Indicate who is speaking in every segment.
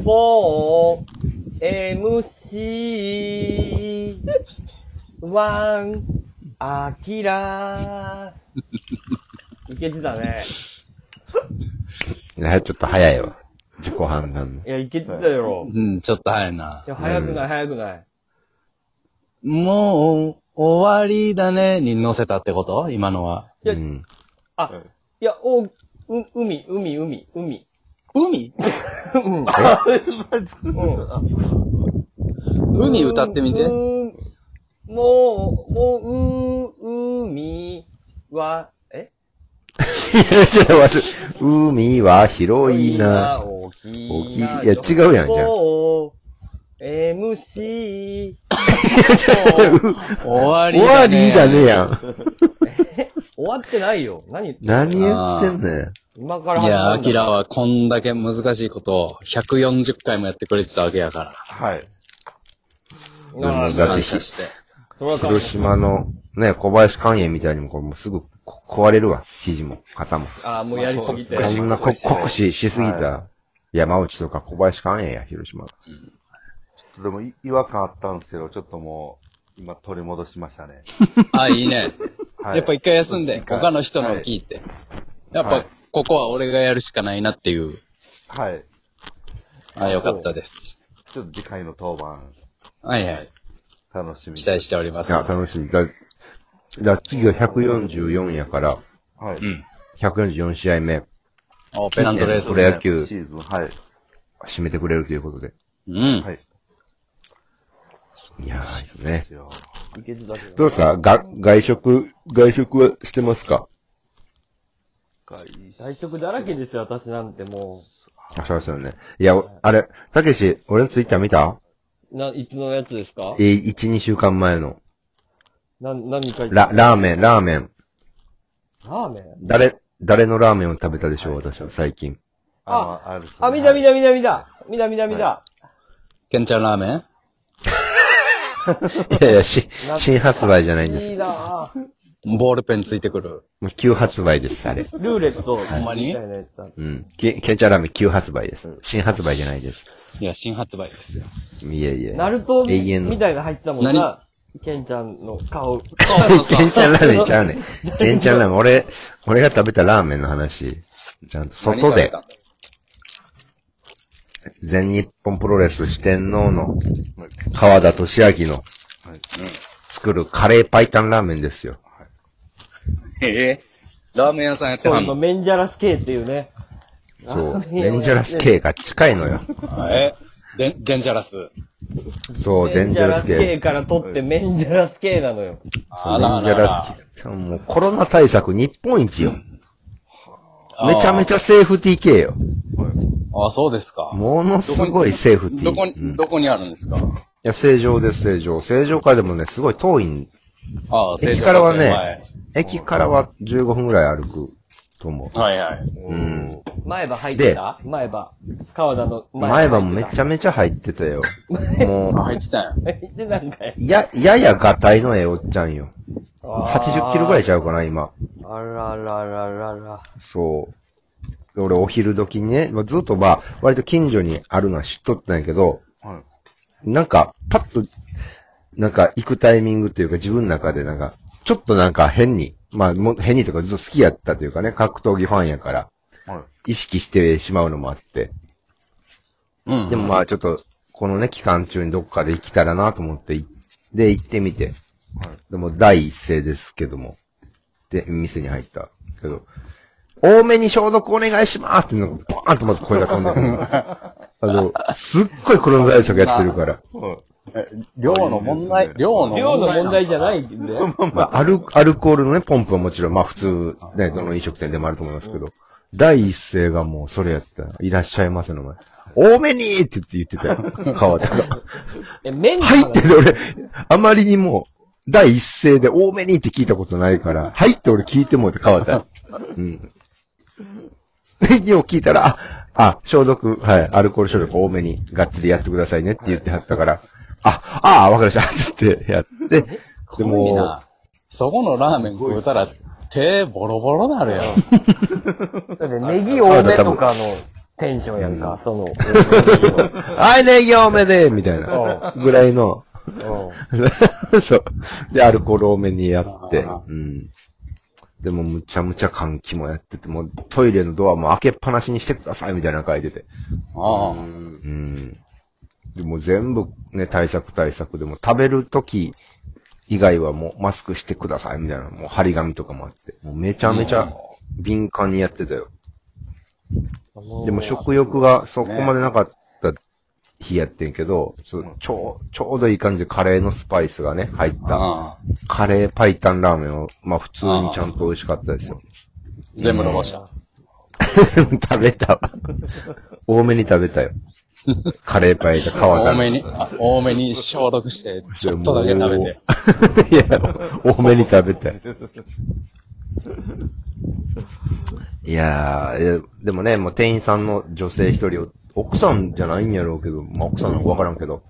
Speaker 1: 4 MC 1アキラいけてたね。
Speaker 2: いや、ちょっと早いわ。自己判断の。
Speaker 1: いや、いけてたよ。。
Speaker 3: うん、ちょっと早いない
Speaker 1: や、早くない、早くない。
Speaker 3: もう、終わりだねに乗せたってこと今のは。
Speaker 1: いや
Speaker 2: うん。
Speaker 1: あ、いや、お、う、海、海、海、海。
Speaker 3: 海
Speaker 1: うん。
Speaker 3: 海歌ってみて
Speaker 1: う。んもう、もう、う、海は、え
Speaker 2: いや、ちょっと待って海は広いな。
Speaker 1: 大き
Speaker 2: 大きい。い
Speaker 1: い
Speaker 2: や、
Speaker 1: な。
Speaker 2: 違うやん、じゃん。
Speaker 1: MC、
Speaker 3: 終わり
Speaker 2: 終
Speaker 3: だ
Speaker 2: わ
Speaker 3: ね。
Speaker 2: りだねやん。
Speaker 1: 終わってないよ。何
Speaker 2: 何言ってんねん。
Speaker 1: 今から
Speaker 3: い
Speaker 1: 始ま
Speaker 3: や、
Speaker 1: る
Speaker 3: ア
Speaker 1: んだ
Speaker 3: キラはこんだけ難しいことを140回もやってくれてたわけやか
Speaker 4: はい。
Speaker 1: なあ
Speaker 2: だっ
Speaker 3: ら。
Speaker 2: て
Speaker 3: 感謝して。
Speaker 1: それは感
Speaker 2: 広
Speaker 1: 謝
Speaker 2: 島の、ね、小林寛永みたいにも、これもうすぐこ壊れるわ。肘も、肩も。
Speaker 1: ああ、もうやりすぎて。
Speaker 3: そ
Speaker 2: こんなこ
Speaker 3: 酷使
Speaker 2: 酷使しすぎ
Speaker 4: は
Speaker 2: た山内とか小林寛永や、広島。
Speaker 4: ちょっとでもい違和感あったんですけど、ちょっともう、今取り戻しましたね。
Speaker 3: あ、いいね。
Speaker 4: はい
Speaker 3: やっぱ一回休んで、
Speaker 4: 一回
Speaker 3: 他の人のを聞いて。やっ
Speaker 4: は
Speaker 3: ぱ
Speaker 4: い、
Speaker 3: ここは俺がやるしかないなっていう。
Speaker 4: はい。
Speaker 3: あ、よかったです。
Speaker 4: ちょっと次回の当番、
Speaker 3: はいはい。
Speaker 4: 楽しみに。
Speaker 3: 期待しておりま
Speaker 2: い
Speaker 3: す。
Speaker 2: や、
Speaker 3: う
Speaker 2: 楽しみ。だ、だ次が144やから、
Speaker 4: はい。
Speaker 3: ん。
Speaker 2: 144試合目、
Speaker 3: お、ペナントレース。
Speaker 2: プロ野球
Speaker 4: シーズン、はい。
Speaker 2: 締めてくれるということで。
Speaker 3: うん。
Speaker 4: はい。
Speaker 2: いやー、いいですね。
Speaker 4: 一応
Speaker 1: いけてたけど。
Speaker 2: どうですかが、外食、外食はしてますか
Speaker 4: 外
Speaker 1: 外食だらけですよ、私なんても
Speaker 2: あ、そうですよね。いや、おあれ、たけし、俺のツイッター見た
Speaker 1: う。な、いつのやつですか
Speaker 2: えー、1、2週間前の。
Speaker 1: な、何書いて
Speaker 2: ラ、ラーメン、ラーメン。
Speaker 1: ラーメン
Speaker 2: 誰、誰のラーメンを食べたでしょう、私は最近。
Speaker 4: あの、ある
Speaker 1: あ、見た見た
Speaker 4: 見
Speaker 1: 見た見た見た見た見た
Speaker 3: ケンちゃんラーメン
Speaker 2: いやいや、し
Speaker 1: な、
Speaker 2: 新発売じゃないんで
Speaker 1: い
Speaker 2: す。
Speaker 1: いなぁ。
Speaker 3: ボールペンついてくる。
Speaker 2: もう旧発売です、あれ。
Speaker 1: ルーレット。ほ
Speaker 3: んまに
Speaker 1: みたいなやつだ
Speaker 2: うん。けケンチャーラーメン旧発売です。新発売じゃないです。
Speaker 3: いや、新発売ですよ。
Speaker 2: いやいや。
Speaker 1: ナルトみ
Speaker 2: 永遠の
Speaker 1: みたいな入ってたもんな。ケンちゃんの 顔。
Speaker 3: そうそう
Speaker 2: ケンち
Speaker 3: そう。
Speaker 2: ゃんラーメンちゃ うねん。ケンちゃんラーメン、俺、俺が食べたラーメンの話。ちゃんと外で、全日本プロレス四天王の川田俊明の作るカレーパイタンラーメンですよ。
Speaker 3: えーラーメン屋さんやっては
Speaker 1: 今
Speaker 3: ん
Speaker 1: 度、
Speaker 3: の
Speaker 1: メンジャラス系っていうね。
Speaker 2: そう。デンジャラス系が近いのよ。
Speaker 3: えデン、デンジャラス。
Speaker 2: そう、デンジャラス
Speaker 1: デンジャラ系
Speaker 2: 系。
Speaker 1: から取ってメンジャラス系なのよ。
Speaker 2: そ
Speaker 3: あ
Speaker 2: うデンジャラス系。もうコロナ対策日本一よ。めちゃめち
Speaker 3: ゃ。
Speaker 2: ゃセーフティー系よ。
Speaker 3: あ、そうですか。
Speaker 2: ものすごいセーフティー。
Speaker 3: どこ
Speaker 2: うん
Speaker 3: に、どこにあるんですか
Speaker 2: いや、正常です、正常。正常からでもね、すごい遠いん。
Speaker 3: ああ、
Speaker 2: 駅からはね、駅からは15分ぐらい歩くと思う。
Speaker 3: はいはい。
Speaker 2: うん。
Speaker 1: 前歯入ってた前歯。川田の
Speaker 2: 前歯もめち
Speaker 1: ゃ。
Speaker 2: ゃめちゃ入ってたよ。もう、
Speaker 3: あ、入ってたんや。
Speaker 1: で、なんかや。
Speaker 2: や、ややがたいのええおっちゃんよ。80キロぐらい
Speaker 1: じ
Speaker 2: ちゃうかな、今。
Speaker 1: ゃん。あららららら。
Speaker 2: そう。で俺、お昼時にね、まあずっとまあ、割と近所にあるのは知っとったんやけど、
Speaker 4: た。はい。
Speaker 2: なんか、パッと、なんか、行くタイミングというか、自分の中でなんか、ちょっとなんか変に、まあ、もう変にとかずっと好きやったというかね、格闘技ファンやから、
Speaker 4: は
Speaker 2: 意識してしまうのもあって。
Speaker 3: うん。
Speaker 2: でもまあ、ちょっと、このね、期間中にどっかで行きたらなと思って、で、行ってみて。でも、第一声ですけども。で、店に入った。けど、多めに消毒お願いしますっていうのが、バーンとまず声が飛んでくる。あの、すっごいコロナ対策やってるから。
Speaker 4: い。はい。
Speaker 3: え量の問題、量の問題。
Speaker 1: 量の問題じゃないんで。
Speaker 2: まあ、アル、アルコールのね、ポンプはもちろん、まあ普通、ね、どの飲食店でもあると思いますけど、第一声がもうそれやってた。いらっしゃいませの前。多めにって言って言ってたよ。川田が。
Speaker 1: え、メンジャ
Speaker 2: 入って て俺、あまりにも、第一声で多めにって聞いたことないから、入って俺聞いてもって川田。うん。でも聞いたら、あ、あ、消毒、はい、アルコール消毒多めに、がっつりやってくださいねって言ってはったから、あ、ああ、わかりました、つってやって、
Speaker 3: すごいな。そこのラーメン食うたら、手ボロボロなるよ。
Speaker 1: ネギ多めとかのテンションやんか、その。
Speaker 2: はい、ネギ多めでみたいな。ぐらいの。 そう。で、アルコール多めにやって。
Speaker 3: あ
Speaker 2: うん。でも、むちゃむちゃ換気もやってて、もうトイレのドアも開けっぱなしにしてくださいみたいなの書いてて。
Speaker 3: ああ。
Speaker 2: うん。でも全部ね、対策対策でも食べるとき以外はもうマスクしてくださいみたいな、もう張り紙とかもあって、もうめちゃめちゃ敏感にやってたよ。でも食欲がそこまでなかった日やってんけど、そうちょう、ちょうどいい感じでカレーのスパイスがね、入った、
Speaker 3: ああ。
Speaker 2: カレーパイタンラーメンを、まあ普通にちゃんと美味しかったですよ。
Speaker 3: 全部飲ました。
Speaker 2: 食べた わ。多めに食べたよ。カレーパイタン、皮だ。
Speaker 3: 多めに、あ多めに消毒して、ちょっとだけ食べて。
Speaker 2: て。いや、多めに食べて。いやー、えでもね、もう店員さんの女性一人、奥さんじゃないんやろうけど、まあ奥さんの方わからんけど、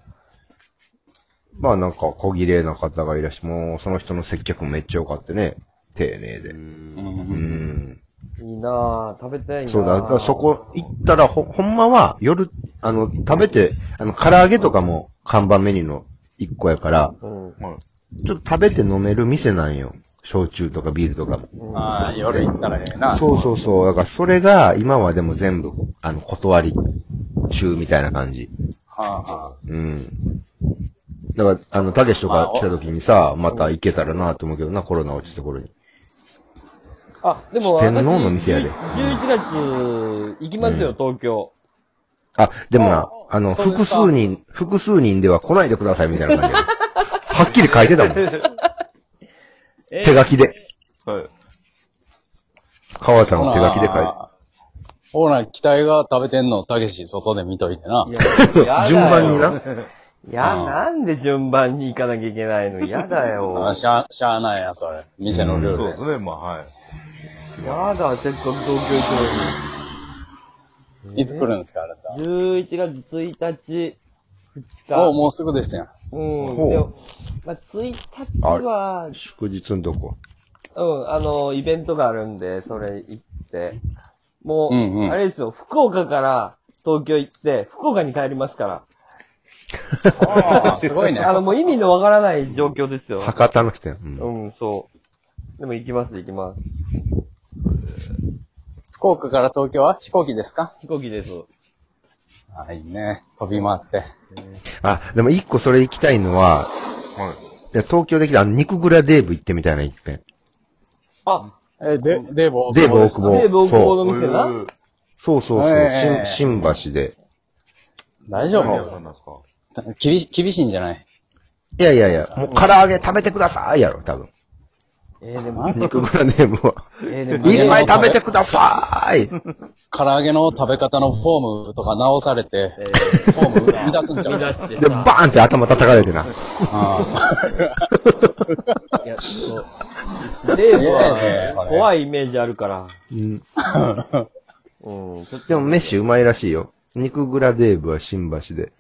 Speaker 2: まあなんか小綺麗な方がいらっしゃもうその人の接客もめっちゃ良かってね、丁寧で。う
Speaker 3: うん
Speaker 2: ん。
Speaker 1: いいなぁ、食べたいなぁ。
Speaker 2: そうだ、だからそこ行ったらほ、ほんまは夜、あの、食べて、あの、唐揚げとかも看板メニューの一個やから、
Speaker 1: うん。
Speaker 4: はい。
Speaker 2: ちょっと食べて飲める店なんよ。焼酎とかビールとかも。
Speaker 3: ああ、夜行ったらええな。
Speaker 2: そうそうそう。だからそれが今はでも全部、あの、断り中みたいな感じ。
Speaker 3: あ
Speaker 2: うん。だから、あの、たけしとか来た時にさ、また行けたらなと思うけどな、コロナ落ちた頃に。
Speaker 1: あ、でも私、
Speaker 2: 四天王の店やで
Speaker 1: 11月、行きますよ、東京。
Speaker 2: あ、でもな、あの、
Speaker 3: そうで
Speaker 2: 複
Speaker 3: すか
Speaker 2: 数人、複数人では来ないでくださいみたいな感じ。はっきり書いてた もん。
Speaker 1: え
Speaker 2: 手書きで。
Speaker 4: はい。
Speaker 2: 川田
Speaker 3: あ。
Speaker 2: の手書きで書いて。
Speaker 3: ほら、機体が食べてんの、たけし、外で見といてな。
Speaker 1: いや
Speaker 2: 順番に。
Speaker 1: やだよ
Speaker 2: な。
Speaker 1: いや、なんで順番に行かなきゃいけないの やだよ
Speaker 3: あ。しゃあ、しゃあないや、それ。店のルー
Speaker 4: そうで
Speaker 3: ル
Speaker 4: すね、まあ、はい。
Speaker 1: やだ、せっかく東京行
Speaker 3: で。いつ来るんですか、あなた。
Speaker 1: くのに。11月1日、
Speaker 3: もう、
Speaker 1: 2
Speaker 3: もうすぐですやん。
Speaker 1: 日。うん。
Speaker 2: ほう
Speaker 1: でも、まあ、1日は、
Speaker 2: 祝日のとこ。
Speaker 1: うん、あの、イベントがあるんで、それ行って。もう、
Speaker 3: うんうん
Speaker 1: あれですよ、福岡から東京行って、福岡に帰りますか
Speaker 3: ああ、す ごいね
Speaker 1: ら。。あの、もう意味のわからない状況ですよ。
Speaker 2: 博多の人やん。うん
Speaker 1: うん、そう。でも行きます、行きます。
Speaker 3: 福岡から東京は飛行機ですか
Speaker 1: 飛行機です。
Speaker 3: ああ、いいね。飛び回って。
Speaker 2: あ、でも一個それ行きたいのは、
Speaker 4: はい。
Speaker 2: いや東京で来たあの肉グラデーブ行ってみたいな、一遍。
Speaker 1: あ、
Speaker 3: え、で、デーボ
Speaker 2: デーブ大
Speaker 3: です
Speaker 2: 久
Speaker 3: か
Speaker 2: 保。
Speaker 1: 西武大久保の店
Speaker 4: うい
Speaker 1: な
Speaker 4: う。
Speaker 2: そうそうそう、
Speaker 3: ええ
Speaker 2: しん新橋で。
Speaker 3: 大丈
Speaker 4: 何屋さ
Speaker 3: 夫
Speaker 4: んなんですか
Speaker 3: 厳し厳しいんじゃない
Speaker 2: いやいやいや、もう唐揚げ食べてくださいやろ、多 分。
Speaker 1: えー、でも、
Speaker 2: 肉グラデーブは。
Speaker 1: えー、でも、
Speaker 2: いっぱい食べてください
Speaker 3: 唐揚げの食べ方のフォームとか直されて、
Speaker 1: え
Speaker 3: フォーム生み出すんちゃ
Speaker 1: ー、
Speaker 3: う
Speaker 1: 見出して
Speaker 2: で、バ
Speaker 1: さ。
Speaker 2: ーンって頭叩かれてな。
Speaker 3: あ
Speaker 1: いや、そう。デーブは、怖いイメージあるから。
Speaker 2: うん
Speaker 1: うん、ちょっ
Speaker 2: でも飯うまいらしいよ。肉グラデーブは新橋で。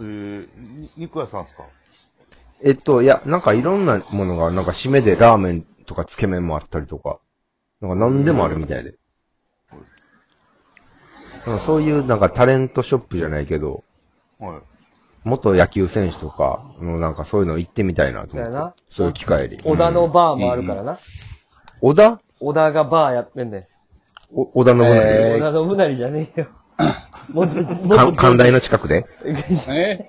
Speaker 4: えー、に肉屋さんですか
Speaker 2: えっと、いや、なんかいろんなものが、なんか締めでラーメンとかつけ麺もあったりとか、なんか何でもあるみたいで。なんかそういうなんかタレントショップじゃないけど、
Speaker 4: はい。
Speaker 2: 元野球選手とかのなんかそういうの行ってみたいなと
Speaker 1: そうや
Speaker 2: 思っ
Speaker 1: な
Speaker 2: て。そういう機会に。
Speaker 1: と、小田のバーもあるからな。
Speaker 2: 小田
Speaker 1: 小田がバーやってんだよ。
Speaker 2: お小田の、
Speaker 3: え
Speaker 1: 織田信成じゃね えよ。もっと、も
Speaker 2: か
Speaker 1: っと。
Speaker 2: 関大の近くで
Speaker 3: あ。 え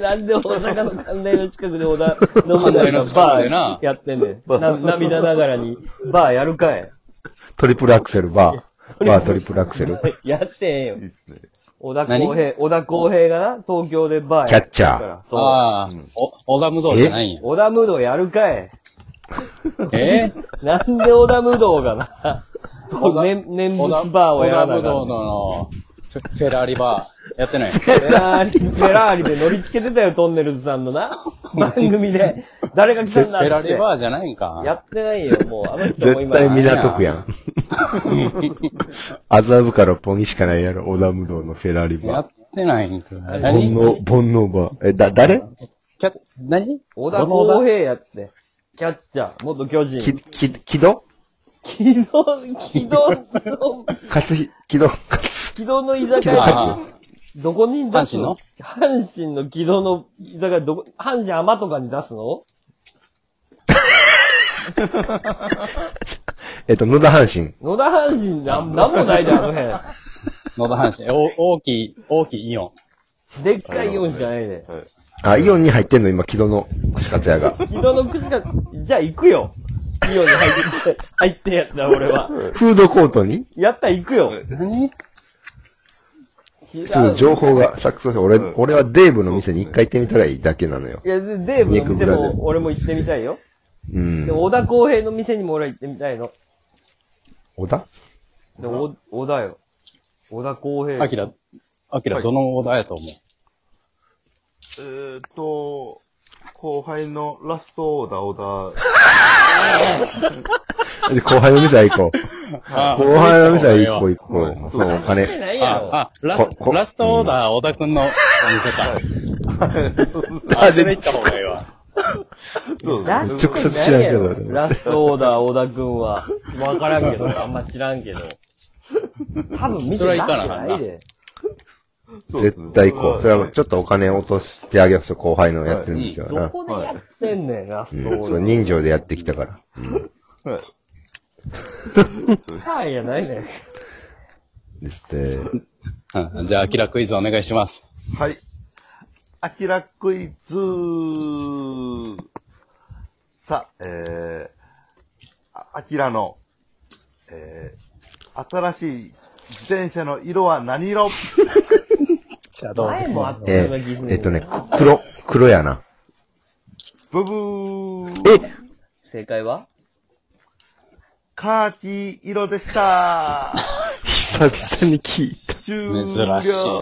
Speaker 1: なんで、なんで大阪の関大の近くで織田 信
Speaker 3: 関
Speaker 1: 成
Speaker 3: 大の
Speaker 1: が
Speaker 3: 近く
Speaker 1: バ
Speaker 3: でな
Speaker 1: ーやってんねん。な涙ながらに、バーやるかい。
Speaker 2: トリプルアクセルバー。バートリプルアクセル。
Speaker 1: やってへんよ
Speaker 4: いい。っすね。
Speaker 1: 小田公平、小田公平がな、東京でバーやってるから。そ
Speaker 3: ああ、お、小田無道じゃないんや
Speaker 1: う。。小田無道やるかい。
Speaker 3: え
Speaker 1: なんで小田無道がな、
Speaker 3: 小田
Speaker 1: 念念
Speaker 3: 小
Speaker 1: 仏
Speaker 3: 田、
Speaker 1: バーを
Speaker 3: 小
Speaker 1: やら
Speaker 3: 田
Speaker 1: なあ
Speaker 3: 無
Speaker 1: か
Speaker 3: 道
Speaker 1: んの
Speaker 3: の、フェフェラーリバー、やってない。
Speaker 1: フェラーリ、フェラーリで乗り付けてたよ、トンネルズさんの な。番組で。誰が来たん
Speaker 3: フ
Speaker 1: だ
Speaker 3: ェラ
Speaker 1: っ
Speaker 3: ーリ
Speaker 1: て。
Speaker 3: バーじゃないんか。
Speaker 1: やってないよ、もう。あの人も
Speaker 2: 絶
Speaker 1: 今。
Speaker 2: 対港区やん。麻布からポニしかないやろ、小田無道のフェラーリ
Speaker 3: や
Speaker 2: バー。
Speaker 3: ってないんか。
Speaker 2: 煩
Speaker 3: 何
Speaker 2: 悩、煩悩バー。え、だ、誰
Speaker 3: キャ何
Speaker 1: 小田公平やって。キャッチャー、元巨人。
Speaker 2: き、き、木戸
Speaker 1: 木戸、木戸の、
Speaker 2: かつひ、木戸、 かつ、
Speaker 1: 木戸の居酒屋、
Speaker 3: あ
Speaker 1: どこに出す
Speaker 3: 阪
Speaker 1: 阪神の木戸の居酒屋、どこ、阪神浜とかに出すの
Speaker 2: えっと、野田阪神。
Speaker 1: 野田阪神なん、なんもないで、あの 辺。
Speaker 3: 野田阪神。お大きい、大きいイオン。
Speaker 1: でっかい4しかないで。
Speaker 4: はい。
Speaker 2: あ、イオンに入ってんの、今、木戸の串カツ屋が。
Speaker 1: 木戸の串が、じゃあ行くよ。イオンに入って、入ってやった、俺は。
Speaker 2: フードコートに
Speaker 1: やった、行くよ。
Speaker 3: 何
Speaker 1: ち
Speaker 2: ちょっと情報が錯綜して、俺、
Speaker 4: うん
Speaker 2: 俺はデーブの店に一回行ってみたらいいだけなのよ
Speaker 1: い。や、でデーブの店
Speaker 2: 肉ブラで
Speaker 1: も、俺も行ってみたいよ。
Speaker 2: う
Speaker 1: で、
Speaker 2: ん。
Speaker 1: 小田公平の店にも俺は行ってみたいの。
Speaker 2: 小田
Speaker 1: で、お、小田よ。小田公平。
Speaker 3: アキラ、アキ
Speaker 4: は
Speaker 3: ラ、
Speaker 4: い
Speaker 3: どのオーダーやと思う、
Speaker 4: えーっと、後輩のラストオーダーオーダー、
Speaker 2: で後輩の店は行こう。
Speaker 3: あ
Speaker 2: 後輩の店は行こ
Speaker 3: そう
Speaker 2: う
Speaker 3: いっ
Speaker 2: 行こう。
Speaker 4: そう
Speaker 2: そのお金。
Speaker 1: じゃない
Speaker 3: た
Speaker 1: や
Speaker 3: 方がいいわ
Speaker 1: ろ。
Speaker 3: あ、あラス
Speaker 2: ここ
Speaker 3: ラストオーダー、小田くんのお店か。あ、それ行った方がいいわ。
Speaker 4: そう
Speaker 1: ラ
Speaker 4: そう
Speaker 1: ス
Speaker 2: 直接知らんけど
Speaker 1: ないやろラストオーダー、小田くんは。わからんけど、 あんま知らんけど。多分見て
Speaker 3: それ
Speaker 1: な
Speaker 3: はいい
Speaker 1: じ
Speaker 3: かな
Speaker 1: ゃないで。
Speaker 4: そうです
Speaker 2: 絶対行こう。それはちょっとお金落としてあげますよ、後輩のやってるんですよ
Speaker 1: ど
Speaker 2: な。
Speaker 1: こでやってんねん、ラ
Speaker 2: う
Speaker 1: ス
Speaker 2: ん
Speaker 1: ト
Speaker 2: そ
Speaker 1: オー
Speaker 2: れ
Speaker 1: ダー。
Speaker 2: 人情でやってきたから。うん。
Speaker 4: はい
Speaker 1: はい、やないねん。
Speaker 2: ですって。
Speaker 3: うんじゃあ、アキラクイズお願いします。
Speaker 4: はい。アキラクイズさあ、えー、あアキラの、えー、新しい自転車の色は何色
Speaker 3: シャドウ。
Speaker 1: 前もあったよ
Speaker 2: え
Speaker 1: うな気分
Speaker 2: ー、えっとね、く黒、黒やな。
Speaker 4: ブブー
Speaker 2: え
Speaker 1: 正解は
Speaker 4: カーキ色でした
Speaker 2: 久々に聞いた。
Speaker 4: 終了
Speaker 3: 珍しい。